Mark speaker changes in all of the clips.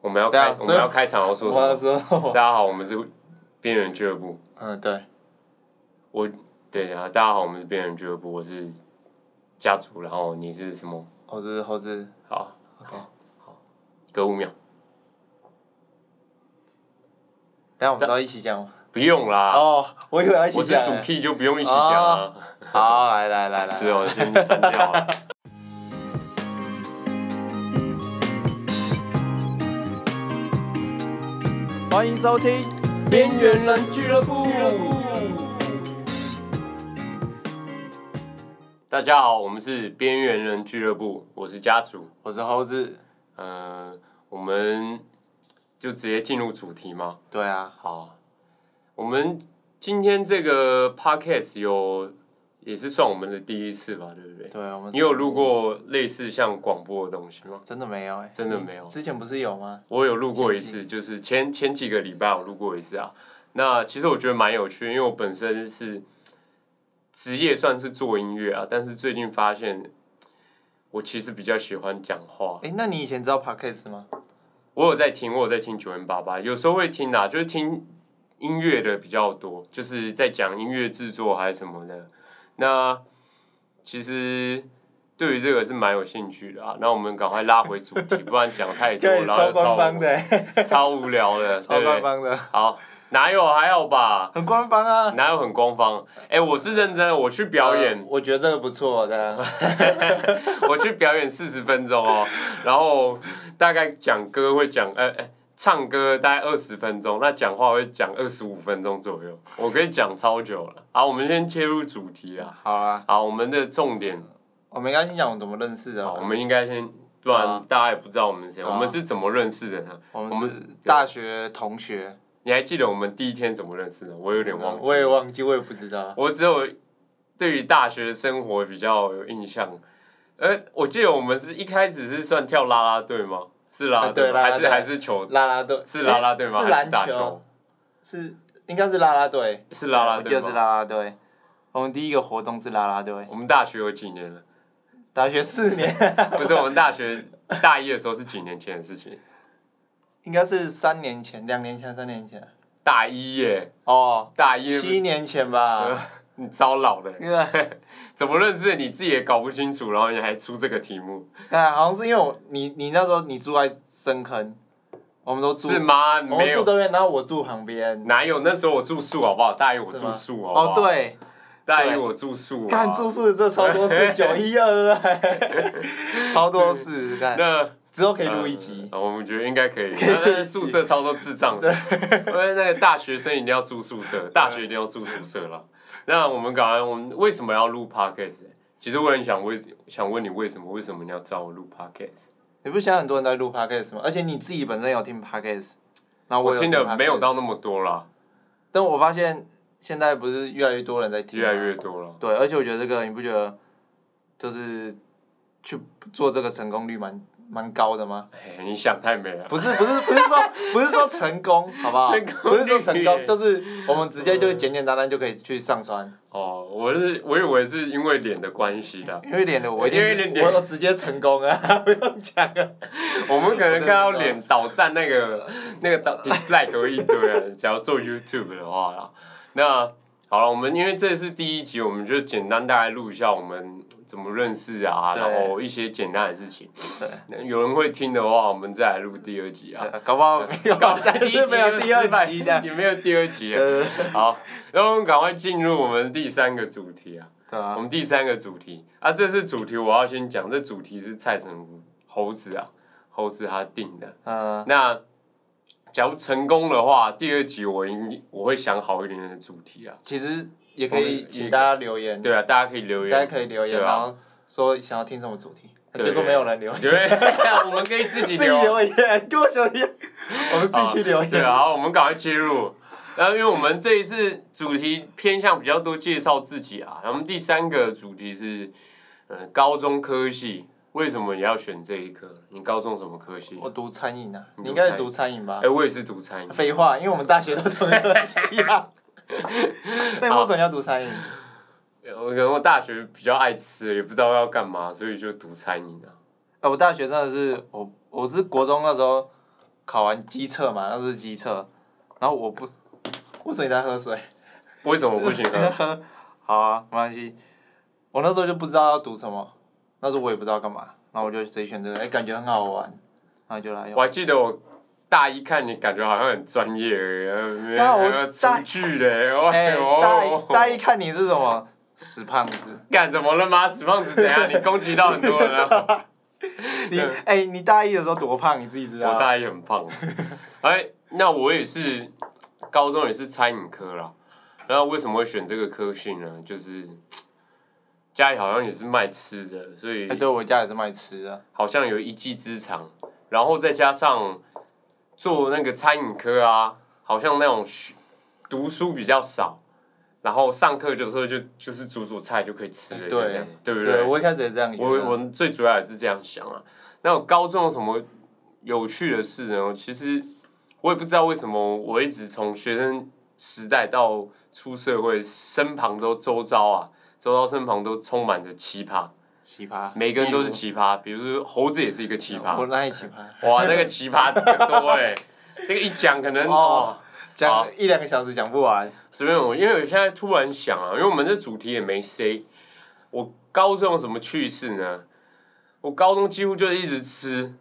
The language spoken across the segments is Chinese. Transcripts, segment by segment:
Speaker 1: 我们要
Speaker 2: 对啊
Speaker 1: 开我
Speaker 2: 所
Speaker 1: 们
Speaker 2: 以
Speaker 1: 要开场要说什啊
Speaker 2: 我要
Speaker 1: 么？
Speaker 2: 说，
Speaker 1: 大家好，我们是边缘俱乐部。
Speaker 2: 嗯，对，
Speaker 1: 我对啊，大家好，我们是边缘俱乐部，我是家族，然后你是什么？
Speaker 2: 猴子猴子
Speaker 1: 好，
Speaker 2: ，OK。
Speaker 1: 隔五秒，
Speaker 2: 等一下我们是要一起讲吗？
Speaker 1: 不用啦。
Speaker 2: 哦，我以为要一起
Speaker 1: 啊我是
Speaker 2: 讲哦
Speaker 1: 主
Speaker 2: 欸。
Speaker 1: key 就不用一起讲啊。
Speaker 2: 好，来来来
Speaker 1: 是
Speaker 2: 来，
Speaker 1: 哦，先删掉啊。
Speaker 2: 欢迎收听《边缘人俱乐部》。
Speaker 1: 大家好，我们是边缘人俱乐部，我是家族。
Speaker 2: 我是猴子。
Speaker 1: 嗯、我们就直接进入主题吗？
Speaker 2: 对啊，
Speaker 1: 好，我们今天这个 podcast 有也是算我们的第一次吧，对不对？啊
Speaker 2: 对，我们
Speaker 1: 你有录？过类似像广播的东西吗？
Speaker 2: 真的没有哎，
Speaker 1: 真的没有
Speaker 2: 你之前不是有吗？
Speaker 1: 我有录过一次，就是前前几个礼拜我录过一次啊。那其实我觉得蛮有趣，因为我本身是职业算是做音乐啊，但是最近发现我其实比较喜欢讲话。
Speaker 2: 哎，那你以前知道 Podcast 吗？
Speaker 1: 我有在听，我有在听九零八八，有时候会听啊，就是听音乐的比较多，就是在讲音乐制作还是什么的。那其实对于这个是蛮有兴趣的啊。那我们赶快拉回主题，不然讲太 多，
Speaker 2: 对，
Speaker 1: 然后
Speaker 2: 超
Speaker 1: 就啊超
Speaker 2: 官方
Speaker 1: 无
Speaker 2: 的 欸，
Speaker 1: 超无聊的，对
Speaker 2: 超
Speaker 1: 不 对？
Speaker 2: 官方的，
Speaker 1: 好，哪有还好吧？
Speaker 2: 很官方啊。
Speaker 1: 哪有很官方？哎、我是认真的，我去表
Speaker 2: 呃
Speaker 1: 演，
Speaker 2: 我觉得这个不错 啊的。
Speaker 1: 我去表演四十分钟哦，然后大概讲歌会讲，呃、呃唱歌大概二十分钟，那讲话会讲二十五分钟左右，我可以讲超久了。好，我们先切入主题啦。
Speaker 2: 好啊，
Speaker 1: 好，我们的重点，
Speaker 2: 我们刚先讲我们怎么认识的吧。
Speaker 1: 好，我们应该先，不
Speaker 2: 对
Speaker 1: 然
Speaker 2: 啊
Speaker 1: 大家也不知道我们是谁，
Speaker 2: 对啊
Speaker 1: 我们是怎么认识的呢？
Speaker 2: 我
Speaker 1: 我
Speaker 2: 们是
Speaker 1: 们
Speaker 2: 大学同学，
Speaker 1: 你还记得我们第一天怎么认识的？我有点忘记了。
Speaker 2: 嗯我也忘记，我也不知道。
Speaker 1: 我只有对于大学生活比较有印象。呃，我记得我们是一开始是算跳啦啦队吗？是啦啦队
Speaker 2: 啊对
Speaker 1: 吗，
Speaker 2: 啦啦
Speaker 1: 还是
Speaker 2: 队
Speaker 1: 还是球？
Speaker 2: 啦啦队
Speaker 1: 是啦啦队吗？
Speaker 2: 是
Speaker 1: 还
Speaker 2: 篮
Speaker 1: 是打球
Speaker 2: 球，？是应该是啦啦队。
Speaker 1: 是啦啦
Speaker 2: 我记得
Speaker 1: 队
Speaker 2: 是
Speaker 1: 吗？
Speaker 2: 啦啦队。我们第一个活动是啦啦队，
Speaker 1: 我们大学有几年了？
Speaker 2: 大学四年，
Speaker 1: 不是，我们大学大一的时候是几年前的事情？
Speaker 2: 应该是三年前、两年前、三年前，
Speaker 1: 大一耶，
Speaker 2: 哦，
Speaker 1: 大一不是呃
Speaker 2: 七，年前吧。
Speaker 1: 你超老的，
Speaker 2: 因为，
Speaker 1: 怎么认识的你自己也搞不清楚，然后你还出这个题目，
Speaker 2: 哎，好像是因为我你你那时候你住在深坑，我们都住，
Speaker 1: 是吗？
Speaker 2: 我
Speaker 1: 没
Speaker 2: 们住
Speaker 1: 有，
Speaker 2: 这边，然后我住旁边，
Speaker 1: 哪有？那时候我住宿好不好？大一我
Speaker 2: 是
Speaker 1: 住
Speaker 2: 吗
Speaker 1: 宿啊好不好？
Speaker 2: 哦，，对，
Speaker 1: 大一我住宿好不好，
Speaker 2: 干住宿这超多 事，九一二对不对？超多事，干
Speaker 1: 那
Speaker 2: 之后可以录一集。
Speaker 1: 呃我们觉得应该 可以。但是宿舍超多智障的，因为那个大学生一定要住宿舍，大学一定要住宿舍啦。那我们搞完，我们为什么要录 podcast？其实我很想问，想问你为什么？为什么你要找我录 podcast？
Speaker 2: 你不想很多人在录 podcast 吗？而且你自己本身有听 podcast，然后
Speaker 1: 我
Speaker 2: 有
Speaker 1: 听的没有到那
Speaker 2: 么，
Speaker 1: 么多啦，
Speaker 2: 但我发现现在不是越来越多人在听，
Speaker 1: 越来越多了。
Speaker 2: 对，而且我觉得这个你不觉得就是去做这个成功率蛮蛮高的吗？
Speaker 1: 哎，你想太美了。
Speaker 2: 嗯不是不是不是说不是说成功，好不好
Speaker 1: 成？功
Speaker 2: 不是说
Speaker 1: 率
Speaker 2: 成功，就是我们直接就简简单单就可以去上传，
Speaker 1: 哦，我是我以为是因为脸的关系的，
Speaker 2: 因为脸的我一定
Speaker 1: 因为脸
Speaker 2: 我我直接成功啊， 不用讲啊。
Speaker 1: 我们可能看到
Speaker 2: 我真的不知道
Speaker 1: 脸倒赞那个那个倒 dislike 有一堆啊，假如做 YouTube 的话啦，那好了，我们因为这是第一集，我们就简单大概录一下我们怎么认识啊，
Speaker 2: 对
Speaker 1: 然后一些简单的事情。
Speaker 2: 对
Speaker 1: 那有人会听的话，我们再来录第二集啊。
Speaker 2: 对搞不好没有，
Speaker 1: 搞
Speaker 2: 好
Speaker 1: 不好
Speaker 2: 像是没有 第二集 的。
Speaker 1: 啊也没有第二集啊。
Speaker 2: 呃，
Speaker 1: 好，那我们赶快进入我们第三个主题啊。
Speaker 2: 对
Speaker 1: 我
Speaker 2: 啊，
Speaker 1: 们第三个主题啊，这次主题我要先讲，这主题是蔡成儒猴子啊，猴子他定的。
Speaker 2: 嗯，
Speaker 1: 那假如成功的话，第二集我应我会想好一点点的主题啊。
Speaker 2: 其实也可
Speaker 1: 我们也
Speaker 2: 以请大家留言，
Speaker 1: 对啊，大家可以留
Speaker 2: 大家
Speaker 1: 言，
Speaker 2: 可以留言，
Speaker 1: 对啊
Speaker 2: 然后说想要听什么主题，
Speaker 1: 对
Speaker 2: 结果没有人留言，
Speaker 1: 留言， 我们可以自己
Speaker 2: 自己
Speaker 1: 留。
Speaker 2: 留言，跟我想 一样，我们自己去留
Speaker 1: 对
Speaker 2: 言。
Speaker 1: 啊，好我们赶快切入。然后，因为我们这一次主题偏向比较多介绍自己啊，然后我们第三个主题是，呃，高中科系，为什么你要选这一科？你高中什么科系？
Speaker 2: 我读餐饮啊，
Speaker 1: 你读
Speaker 2: 你应该是读餐饮吧
Speaker 1: 哎、？我也是读餐饮。
Speaker 2: 废话，因为我们大学都同一个 系啊。那你为什么你要读餐饮？
Speaker 1: 哎我可能我大学比较爱吃，也不知道要干嘛，所以就读餐饮啊。
Speaker 2: 呃，我大学真的是我，我是国中那时候考完机测嘛，那是机测，然后我不，为什么你在喝水？
Speaker 1: 为什么不行呢？
Speaker 2: 好啊，没关系。我那时候就不知道要读什么，那时候我也不知道干嘛，然后我就直接选这个，哎、感觉很好玩，然后就来用
Speaker 1: 我。还记得我大一看你，感觉好像很专业而已，呃
Speaker 2: 但啊我
Speaker 1: 还有
Speaker 2: 大
Speaker 1: 厨具嘞，哇
Speaker 2: 哎、大一
Speaker 1: 哦，
Speaker 2: 大一看你是什么死胖子，
Speaker 1: 干怎么了吗？死胖子怎样？你攻击到很多人 了。
Speaker 2: 你
Speaker 1: 对
Speaker 2: 哎、你大一的时候多胖，你自己知
Speaker 1: 我
Speaker 2: 道？
Speaker 1: 大一很胖，哎，那我也是，高中也是餐饮科啦。然后为什么会选这个科系呢？就是家里好像也是卖吃的，所以
Speaker 2: 哎、对我家也是卖吃的，
Speaker 1: 好像有一技之长，然后再加上做那个餐饮科啊，好像那种学读书比较少，然后上课的时候就就是煮煮菜就可以吃了，
Speaker 2: 对
Speaker 1: 就这样对不
Speaker 2: 对我一开始也这样觉
Speaker 1: 我
Speaker 2: 得。
Speaker 1: 我最主要也是这样想啊。那我高中有什么有趣的事呢？其实我也不知道为什么，我一直从学生时代到出社会，身旁都周遭啊，周遭身旁都充满着奇葩，
Speaker 2: 奇葩，
Speaker 1: 每个人都是
Speaker 2: 例如
Speaker 1: 奇葩。比如说猴子也是一个奇
Speaker 2: 我
Speaker 1: 葩，
Speaker 2: 哪里奇葩？
Speaker 1: 哇，那个奇葩很多哎、 这个一讲可能哦
Speaker 2: 哦，讲
Speaker 1: 好
Speaker 2: 一两个小时讲不完。
Speaker 1: 随便我，因为我现在突然想啊，因为我们这主题也没 say，我高中有什么趣事呢？我高中几乎就是一直吃，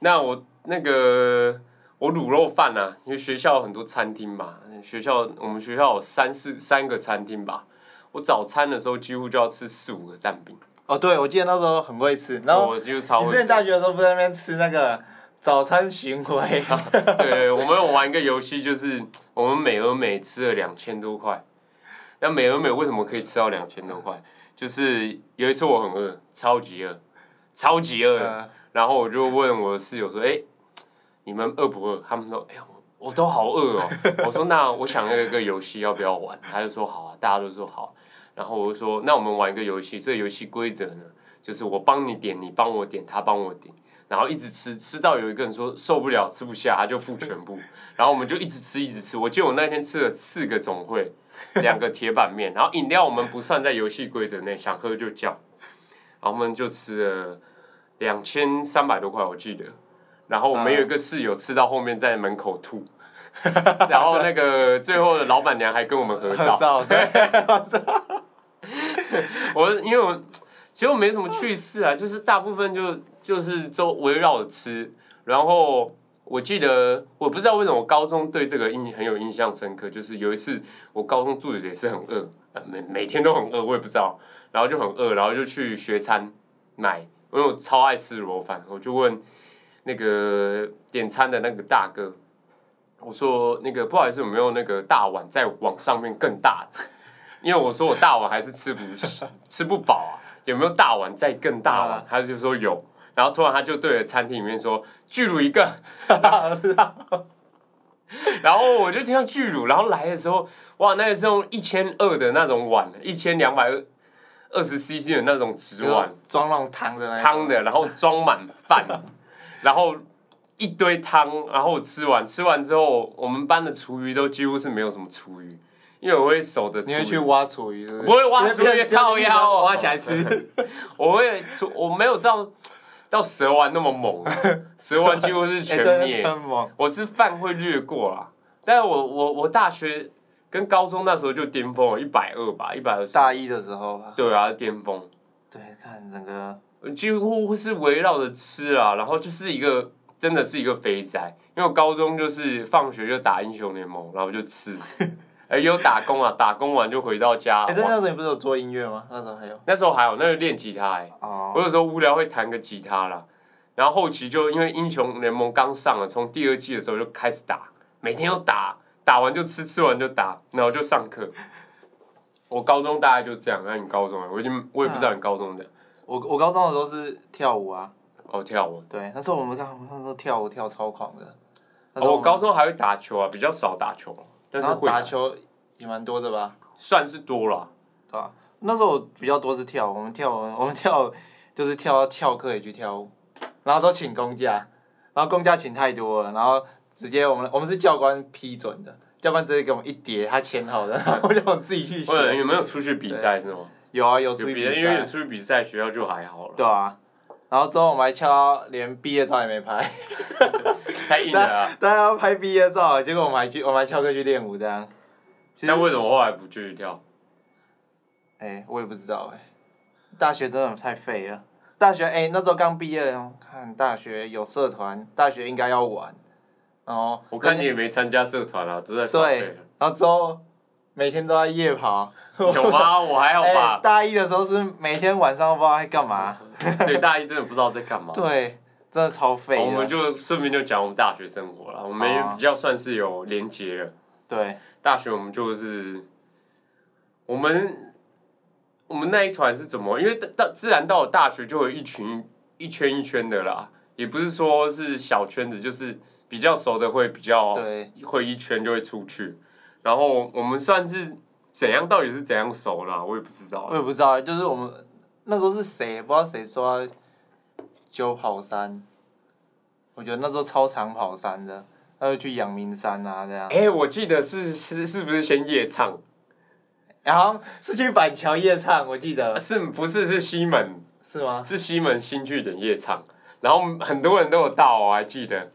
Speaker 1: 那我那个我卤肉饭啊，因为学校有很多餐厅嘛，学校我们学校有三四三个餐厅吧，我早餐的时候几乎就要吃四五个蛋饼，
Speaker 2: 哦，对，我记得那时候很会吃，然后
Speaker 1: 哦我几乎超
Speaker 2: 你
Speaker 1: 会
Speaker 2: 之前
Speaker 1: 吃。
Speaker 2: 大学的时候不是在那边吃那个早餐巡 回？
Speaker 1: 对，我们有玩一个游戏，就是我们美而美吃了两千多块。那美而美为什么可以吃到两千多块？就是有一次我很饿，超级饿，超级饿，
Speaker 2: 嗯
Speaker 1: 然后我就问我的室友说：“哎、你们饿不饿？”他们说：“哎、我我都好饿哦。” 我说：“那我想要一个游戏，要不要玩？”他就说：“好啊。”大家都说好。然后我就说：“那我们玩一个游戏，这个游戏规则呢，就是我帮你点，你帮我点，他帮我点。”然后一直吃，吃到有一个人说受不了，吃不下，他就付全部。然后我们就一直吃，一直吃。我记得我那天吃了四个总会，两个铁板面，然后饮料我们不算在游戏规则内，想喝就叫。然后我们就吃了两千三百多块，我记得。然后我们有一个室友吃到后面在门口吐， 然后那个最后的老板娘还跟我们合照
Speaker 2: 合。照，对，
Speaker 1: 我因为我其实我没什么趣事啊， 就是大部分就就是周围绕着吃，然后我记得我不知道为什么我高中对这个印很有印象深刻，就是有一次我高中住的也是很饿，呃每每天都很饿，我也不知道，然后就很饿，然后就去学餐买，因为我超爱吃卤肉饭，我就问那个点餐的那个大哥。我说那个不好意思，有没有那个大碗再往上面更大的？ 因为我说我大碗还是吃不吃不饱啊，有没有大碗再更大碗？
Speaker 2: 啊
Speaker 1: 他就说有，然后突然他就对着餐厅里面说巨乳一个，然后我就听到巨乳，然后来的时候，哇，那个是用一千二的那种碗，一千两百二十 CC 的那种纸碗，
Speaker 2: 装那种汤的那一种
Speaker 1: 汤，的，然后装满 饭，然后一堆汤，然后我吃完，吃完之后，我们班的厨余都几乎是没有什么厨余，因为我会守着厨
Speaker 2: 你会去
Speaker 1: 余，
Speaker 2: 挖厨余是不是？
Speaker 1: 不会挖厨余
Speaker 2: 别人
Speaker 1: 靠腰哦
Speaker 2: 挖起 来吃。
Speaker 1: 我会厨，我没有到到蛇丸那么 猛啊，蛇丸几乎是
Speaker 2: 哎，
Speaker 1: 全
Speaker 2: 对，
Speaker 1: 灭
Speaker 2: 那，真猛。
Speaker 1: 我是饭会略过啦，但是我我我大学跟高中那时候就巅峰了，一百二吧，一百二十，
Speaker 2: 大一的时候吧，
Speaker 1: 对啊，巅峰。
Speaker 2: 对，看整个
Speaker 1: 几乎是围绕着吃啊，然后就是一个真的是一个肥宅，因为我高中就是放学就打英雄联盟，然后就 吃，哎、有打工啊，打工完就回到家。
Speaker 2: 哎，对，那
Speaker 1: 哇
Speaker 2: 时候你不是有做音乐吗？那时候还有
Speaker 1: 那时候还有那个练吉他、哎，我
Speaker 2: 哦，
Speaker 1: 有时候无聊会弹个吉他啦，然后后期就因为英雄联盟刚上了，从第二季的时候就开始打，每天都打，打完就吃，吃完就打，然后就上课。我高中大概就这样，那你高中啊？我已经我也不知道你高中的
Speaker 2: 我我高中的时候是跳舞啊，
Speaker 1: 哦跳舞，
Speaker 2: 对，那时候我们刚那时候跳舞跳超狂的。那时
Speaker 1: 哦，
Speaker 2: 候
Speaker 1: 我高中还会打球啊，比较少打球，但
Speaker 2: 然
Speaker 1: 是
Speaker 2: 后
Speaker 1: 会
Speaker 2: 啊打球也蛮多的吧。
Speaker 1: 算是多了。
Speaker 2: 对吧、那时候我比较多是跳，我们跳，我们跳就是跳到翘课也去跳舞，然后都请公假，然后公假请太多了，然后直接我们我们是教官批准的，教官直接给我们一叠他签好的，然后我就我自己去
Speaker 1: 或者
Speaker 2: 写。
Speaker 1: 有没有出去比赛是吗？
Speaker 2: 有啊，有
Speaker 1: 有
Speaker 2: 出
Speaker 1: 比
Speaker 2: 去比
Speaker 1: 赛，因为有
Speaker 2: 赛，
Speaker 1: 出去比赛，学 校就还好了。
Speaker 2: 对啊。然后之后我们还翘到连毕业照也没拍，
Speaker 1: 太硬了啊！
Speaker 2: 大家要拍毕业照，结果我们还去，我们还翘课去练舞这样。其实
Speaker 1: 那，为什么后来不继续跳？
Speaker 2: 哎、我也不知道哎、大学真的太废了。大学哎、那时候刚毕业，然后看大学有社团，大学应该要玩，然后
Speaker 1: 我看你也没参加社团啊，都在耍废
Speaker 2: 对，然后之后每天都在夜跑。
Speaker 1: 了。有 吗？我还好
Speaker 2: 哎、
Speaker 1: 吧。
Speaker 2: 大一的时候是每天晚上不知道在干嘛，
Speaker 1: 对，大一真的不知道在干嘛。
Speaker 2: 哎对，真的超废的。
Speaker 1: 我们就顺便就讲我们大学生活了，我们也
Speaker 2: 哦
Speaker 1: 比较算是有连结了。
Speaker 2: 对
Speaker 1: 大学我们就是，我们我们那一团是怎么？因为到到自然到了大学就有一群一圈一圈的啦，也不是说是小圈子，就是比较熟的会比较
Speaker 2: 对，
Speaker 1: 会一圈就会出去。然后我们算是怎样？到底是怎样熟啦？我也不知道
Speaker 2: 我。也不知道，就是我们那时候是谁，不知道谁说要揪跑山，我觉得那时候超常跑山的，那就去阳明山啊这样，
Speaker 1: 哎、我记得是是是不是先夜唱？
Speaker 2: 然后是去板桥夜唱，我记得
Speaker 1: 是不是是西门？
Speaker 2: 是吗？
Speaker 1: 是西门新据点夜场，然后很多人都有到，哦我还记得，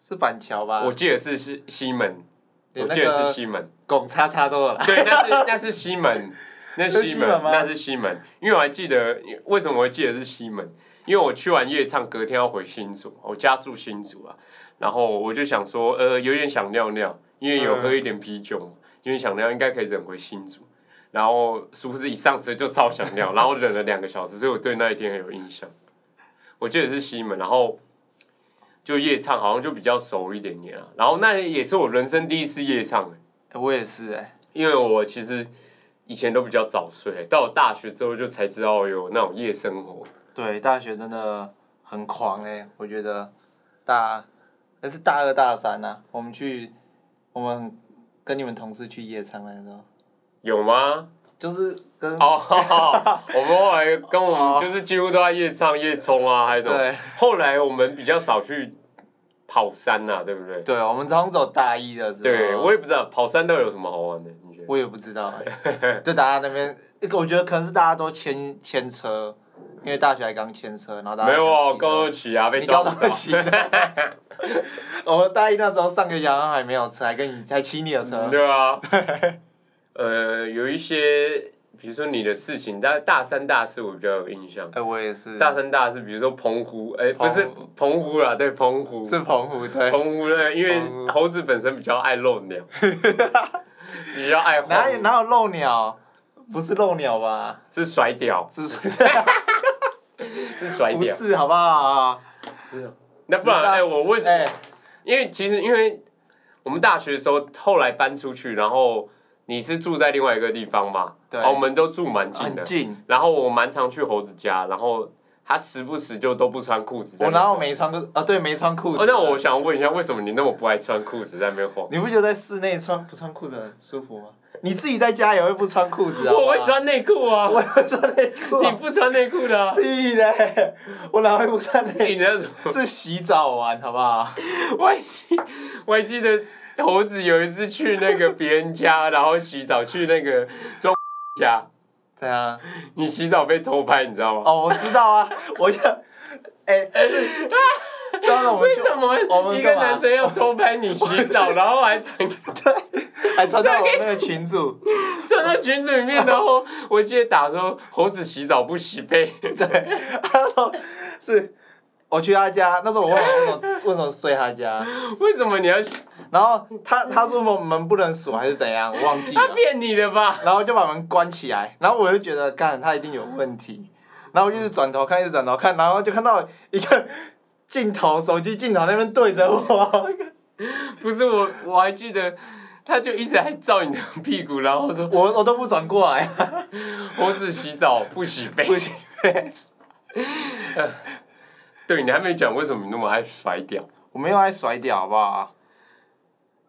Speaker 2: 是板桥吧？
Speaker 1: 我记得是西西门，
Speaker 2: 有
Speaker 1: 我
Speaker 2: 那
Speaker 1: 记得是
Speaker 2: 个
Speaker 1: 西门，
Speaker 2: 拱叉叉都有来，
Speaker 1: 对，那是那是西门，那是西
Speaker 2: 那是西门
Speaker 1: 门，
Speaker 2: 吗
Speaker 1: 那是西门，因为我还记得为什么我会记得是西门，因为我去完夜唱，隔天要回新竹，我家住新竹啊，然后我就想说，呃，有点想尿尿，因为有
Speaker 2: 嗯
Speaker 1: 喝一点啤酒嘛，有点想尿，应该可以忍回新竹。然后殊不知一上车就超想尿，然后忍了两个小时，所以我对那一天很有印象。我记得是西门，然后就夜唱，好像就比较熟一点点啊。然后那也是我人生第一次夜唱、欸
Speaker 2: 哎我也是哎、
Speaker 1: 因为我其实以前都比较早睡，到了大学之后就才知道有那种夜生活。
Speaker 2: 对，大学真的很狂哎、我觉得大那是大二大三呐、啊我们去我们跟你们同事去夜唱那时候，
Speaker 1: 有吗？
Speaker 2: 就是跟
Speaker 1: 哦，我们后来跟我们
Speaker 2: 哦
Speaker 1: 就是几乎都在夜唱夜冲啊，还有什么。
Speaker 2: 对
Speaker 1: 后来我们比较少去跑山呐、啊，对不对？
Speaker 2: 对，我们从走大一的时候，
Speaker 1: 对，我也不知道跑山到底有什么好玩的，你觉得？
Speaker 2: 我也不知道、欸，就大家那边，我觉得可能是大家都牵牵车，因为大学还刚牵车，然后大家
Speaker 1: 没有
Speaker 2: 想
Speaker 1: 啊，
Speaker 2: 骑车
Speaker 1: 高二起啊，被
Speaker 2: 你
Speaker 1: 抓不
Speaker 2: 高
Speaker 1: 着。
Speaker 2: 二骑的， 我们大一那时候上学期好像还没有车，还跟你还骑你的车，
Speaker 1: 对 啊，呃，有一些，比如说你的事情，大大三、大四我比较有印象。
Speaker 2: 哎、我也是，
Speaker 1: 大三、大四，比如说澎湖，哎、不是澎湖啦，对，澎湖，
Speaker 2: 是澎湖对，
Speaker 1: 澎湖呢，因为
Speaker 2: 澎湖
Speaker 1: 猴子本身比较爱露 鸟，比较爱
Speaker 2: 哪有
Speaker 1: 晃，
Speaker 2: 哪有漏鸟？不是漏鸟吧？
Speaker 1: 是甩屌，
Speaker 2: 是
Speaker 1: 是甩
Speaker 2: 不
Speaker 1: 屌。
Speaker 2: 是好不好？哎
Speaker 1: 那不然，
Speaker 2: 知道
Speaker 1: 哎、我为什么？
Speaker 2: 哎、
Speaker 1: 因为其实因为我们大学的时候，后来搬出去，然后你是住在另外一个地方嘛？
Speaker 2: 对
Speaker 1: 哦我们都住蛮近
Speaker 2: 很
Speaker 1: 的。
Speaker 2: 近，
Speaker 1: 然后我蛮常去猴子家，然后他时不时就都不穿裤子在那
Speaker 2: 我
Speaker 1: 边
Speaker 2: 然
Speaker 1: 晃。
Speaker 2: 后没穿过，啊对，没穿裤子。
Speaker 1: 哦，那我想问一下，为什么你那么不爱穿裤子在那边晃？
Speaker 2: 你不觉得在室内穿不穿裤子很舒服吗？你自己在家也会不穿裤子 啊？
Speaker 1: 我会，穿内裤啊，
Speaker 2: 我也会 穿内裤
Speaker 1: 你
Speaker 2: 啊。，
Speaker 1: 不穿内裤的、啊
Speaker 2: 屁嘞！ 我哪会不穿
Speaker 1: 你
Speaker 2: 内？
Speaker 1: 那什 么？
Speaker 2: 是洗澡玩好不好？
Speaker 1: 我还记，我还记得猴子有一次去那个别人家，然后洗澡去那个庄家，
Speaker 2: 对啊。
Speaker 1: 你洗澡被偷拍，你知道吗？
Speaker 2: 哦，我知 道啊，我就，哎、是，上次我
Speaker 1: 啊
Speaker 2: 们
Speaker 1: 为
Speaker 2: 去，
Speaker 1: 什
Speaker 2: 我
Speaker 1: 么
Speaker 2: 们
Speaker 1: 一个
Speaker 2: 干嘛
Speaker 1: 男生要偷拍你洗澡，然后还穿
Speaker 2: 还哎穿到我们那个群主，
Speaker 1: 穿到裙子里面？然后我记得打说猴子洗澡不洗被，
Speaker 2: 他说是，我去他家，那时候我问我为什么为什么睡他家，
Speaker 1: 为什么你要洗？
Speaker 2: 然后他他说我们门不能锁还是怎样，我忘记
Speaker 1: 他
Speaker 2: 了，
Speaker 1: 骗你的吧？
Speaker 2: 然后就把门关起来，然后我就觉得干他一定有问题，然后我就一直转头看，一直转头看，然后就看到一个镜头，手机镜头那边对着我，
Speaker 1: 不是我，我还记得。他就一直还照你的屁股，然后说
Speaker 2: 我我都不转过来，
Speaker 1: 猴子洗澡不洗被。
Speaker 2: 不行。
Speaker 1: 对你还没讲为什么你那么爱甩屌？
Speaker 2: 我没有爱甩屌，好不好？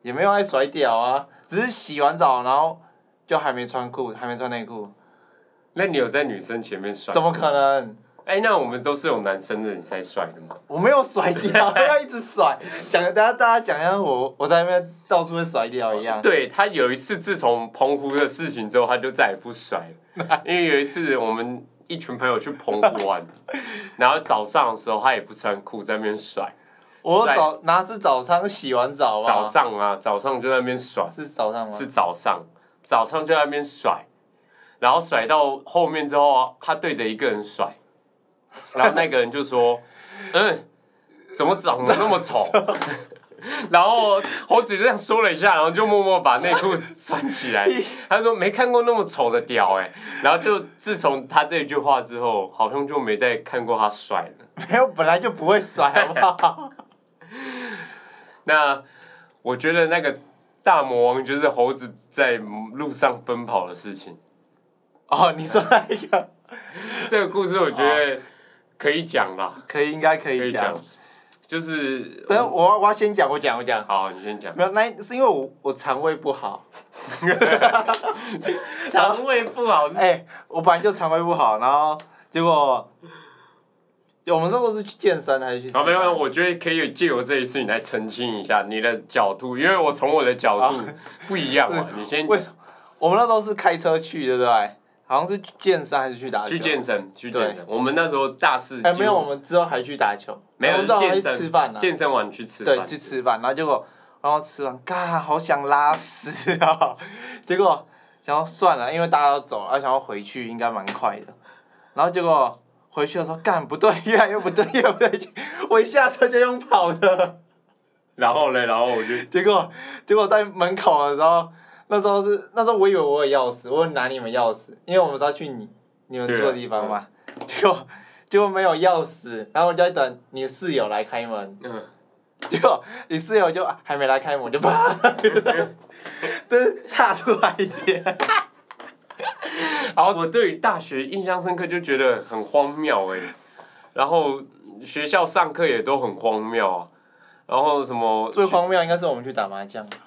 Speaker 2: 也没有爱甩屌啊，只是洗完澡然后就还没穿裤，还没穿内裤，
Speaker 1: 那你有在女生前面甩？
Speaker 2: 怎么可能？
Speaker 1: 哎、那我们都是有男生的，你才甩的嘛。
Speaker 2: 我没有甩 屌，不要一直甩，讲大家大家讲像我我在那边到处会甩屌一样。
Speaker 1: 对他有一次，自从澎湖的事情之后，他就再也不甩了。因为有一次我们一群朋友去澎湖玩，然后早上的时候他也不穿裤在那边甩，
Speaker 2: 我
Speaker 1: 晒
Speaker 2: 早哪是早上洗完澡啊？
Speaker 1: 早上啊，早上就在那边甩，
Speaker 2: 是早上吗？
Speaker 1: 是早上，早上就在那边甩，然后甩到后面之后啊，他对着一个人甩，然后那个人就说：“ 嗯，怎么长得那么丑？” 然后猴子就这样说了一下，然后就默默把内裤穿起来。他说没看过那么丑的屌哎、然后就自从他这一句话之后，好像就没再看过他甩了。
Speaker 2: 没有，本来就不会甩，好不好？
Speaker 1: 那我觉得那个大魔王就是猴子在路上奔跑的事情。
Speaker 2: 哦，你说那一个
Speaker 1: 这个故事我觉得可以讲啦，
Speaker 2: 可以，应该可
Speaker 1: 可
Speaker 2: 以
Speaker 1: 以讲
Speaker 2: 讲。，
Speaker 1: 就是
Speaker 2: 等我我要先讲，我讲我讲。
Speaker 1: 好，你先 讲。
Speaker 2: 没有，那是因为我我肠胃不好，
Speaker 1: 肠胃不好是，
Speaker 2: 哎、我本来就肠胃不好，然后结果，我们那时候是去健身还是去什
Speaker 1: 好，
Speaker 2: 么？
Speaker 1: 哦没有没有，我觉得可以借由这一次你来澄清一下你的角度，因为我从我的角度不一样嘛。你先
Speaker 2: 为什么？我们那时候是开车去，对不对？好像是去健身还是去打球？
Speaker 1: 去健
Speaker 2: 身。
Speaker 1: 身，去健身。我们那时候大四
Speaker 2: 哎、
Speaker 1: 几
Speaker 2: 没有，
Speaker 1: 乎
Speaker 2: 我们之后还去打球。
Speaker 1: 没
Speaker 2: 我
Speaker 1: 有
Speaker 2: 们之后还
Speaker 1: 健
Speaker 2: 去
Speaker 1: 身
Speaker 2: 吃饭呢、啊
Speaker 1: 健身完去吃
Speaker 2: 对，
Speaker 1: 饭，
Speaker 2: 去吃饭，然后结果，然后吃完，嘎，好想拉屎啊！ 结果，然后算了，因为大家都走了，啊然后想要回去应该蛮快的，然后结果回去的时候，干不对，越来越不对，越来越不对，我一下车就用跑的，
Speaker 1: 然后嘞，然后我就
Speaker 2: 结果，结果在门口的时候，那时候是那时候我以为我有钥匙，我有拿你们钥匙，因为我们是要去你你们
Speaker 1: 对啊
Speaker 2: 住的地方嘛，
Speaker 1: 啊
Speaker 2: 结果结果没有钥匙，然后我就在等你室友来开门。
Speaker 1: 嗯，
Speaker 2: 结果你室友就还没来开门，我就啪， 就是岔出来一点。
Speaker 1: 然后我对于大学印象深刻，就觉得很荒谬哎、然后嗯学校上课也都很荒谬啊，然后什么
Speaker 2: 最荒谬应该是我们去打麻将吧，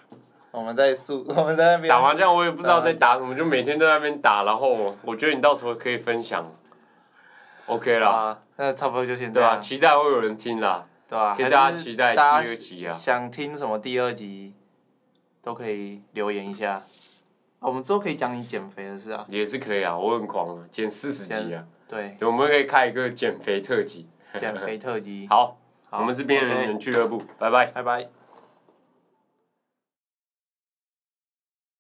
Speaker 2: 我们在宿，我们在那边
Speaker 1: 打麻将，我也不知道在打什么，就每天在那边打。然后我觉得你到时候可以分享，OK 啦，
Speaker 2: 啊，那差不多就现在
Speaker 1: 对吧、
Speaker 2: 啊，
Speaker 1: 期待会有人听啦，
Speaker 2: 对吧？
Speaker 1: 给
Speaker 2: 还是
Speaker 1: 大家期待
Speaker 2: 大
Speaker 1: 第
Speaker 2: 家
Speaker 1: 二集啊。
Speaker 2: 想听什么第二集，都可以留言一下。啊我们之后可以讲你减肥的事啊，
Speaker 1: 也是可以啊，我很狂啊，减四十集啊，
Speaker 2: 对，
Speaker 1: 我们可以开一个减肥特辑。
Speaker 2: 减肥特辑。
Speaker 1: 好，
Speaker 2: 好
Speaker 1: 我们是边缘
Speaker 2: OK，
Speaker 1: 人俱乐部，拜拜。
Speaker 2: 拜拜。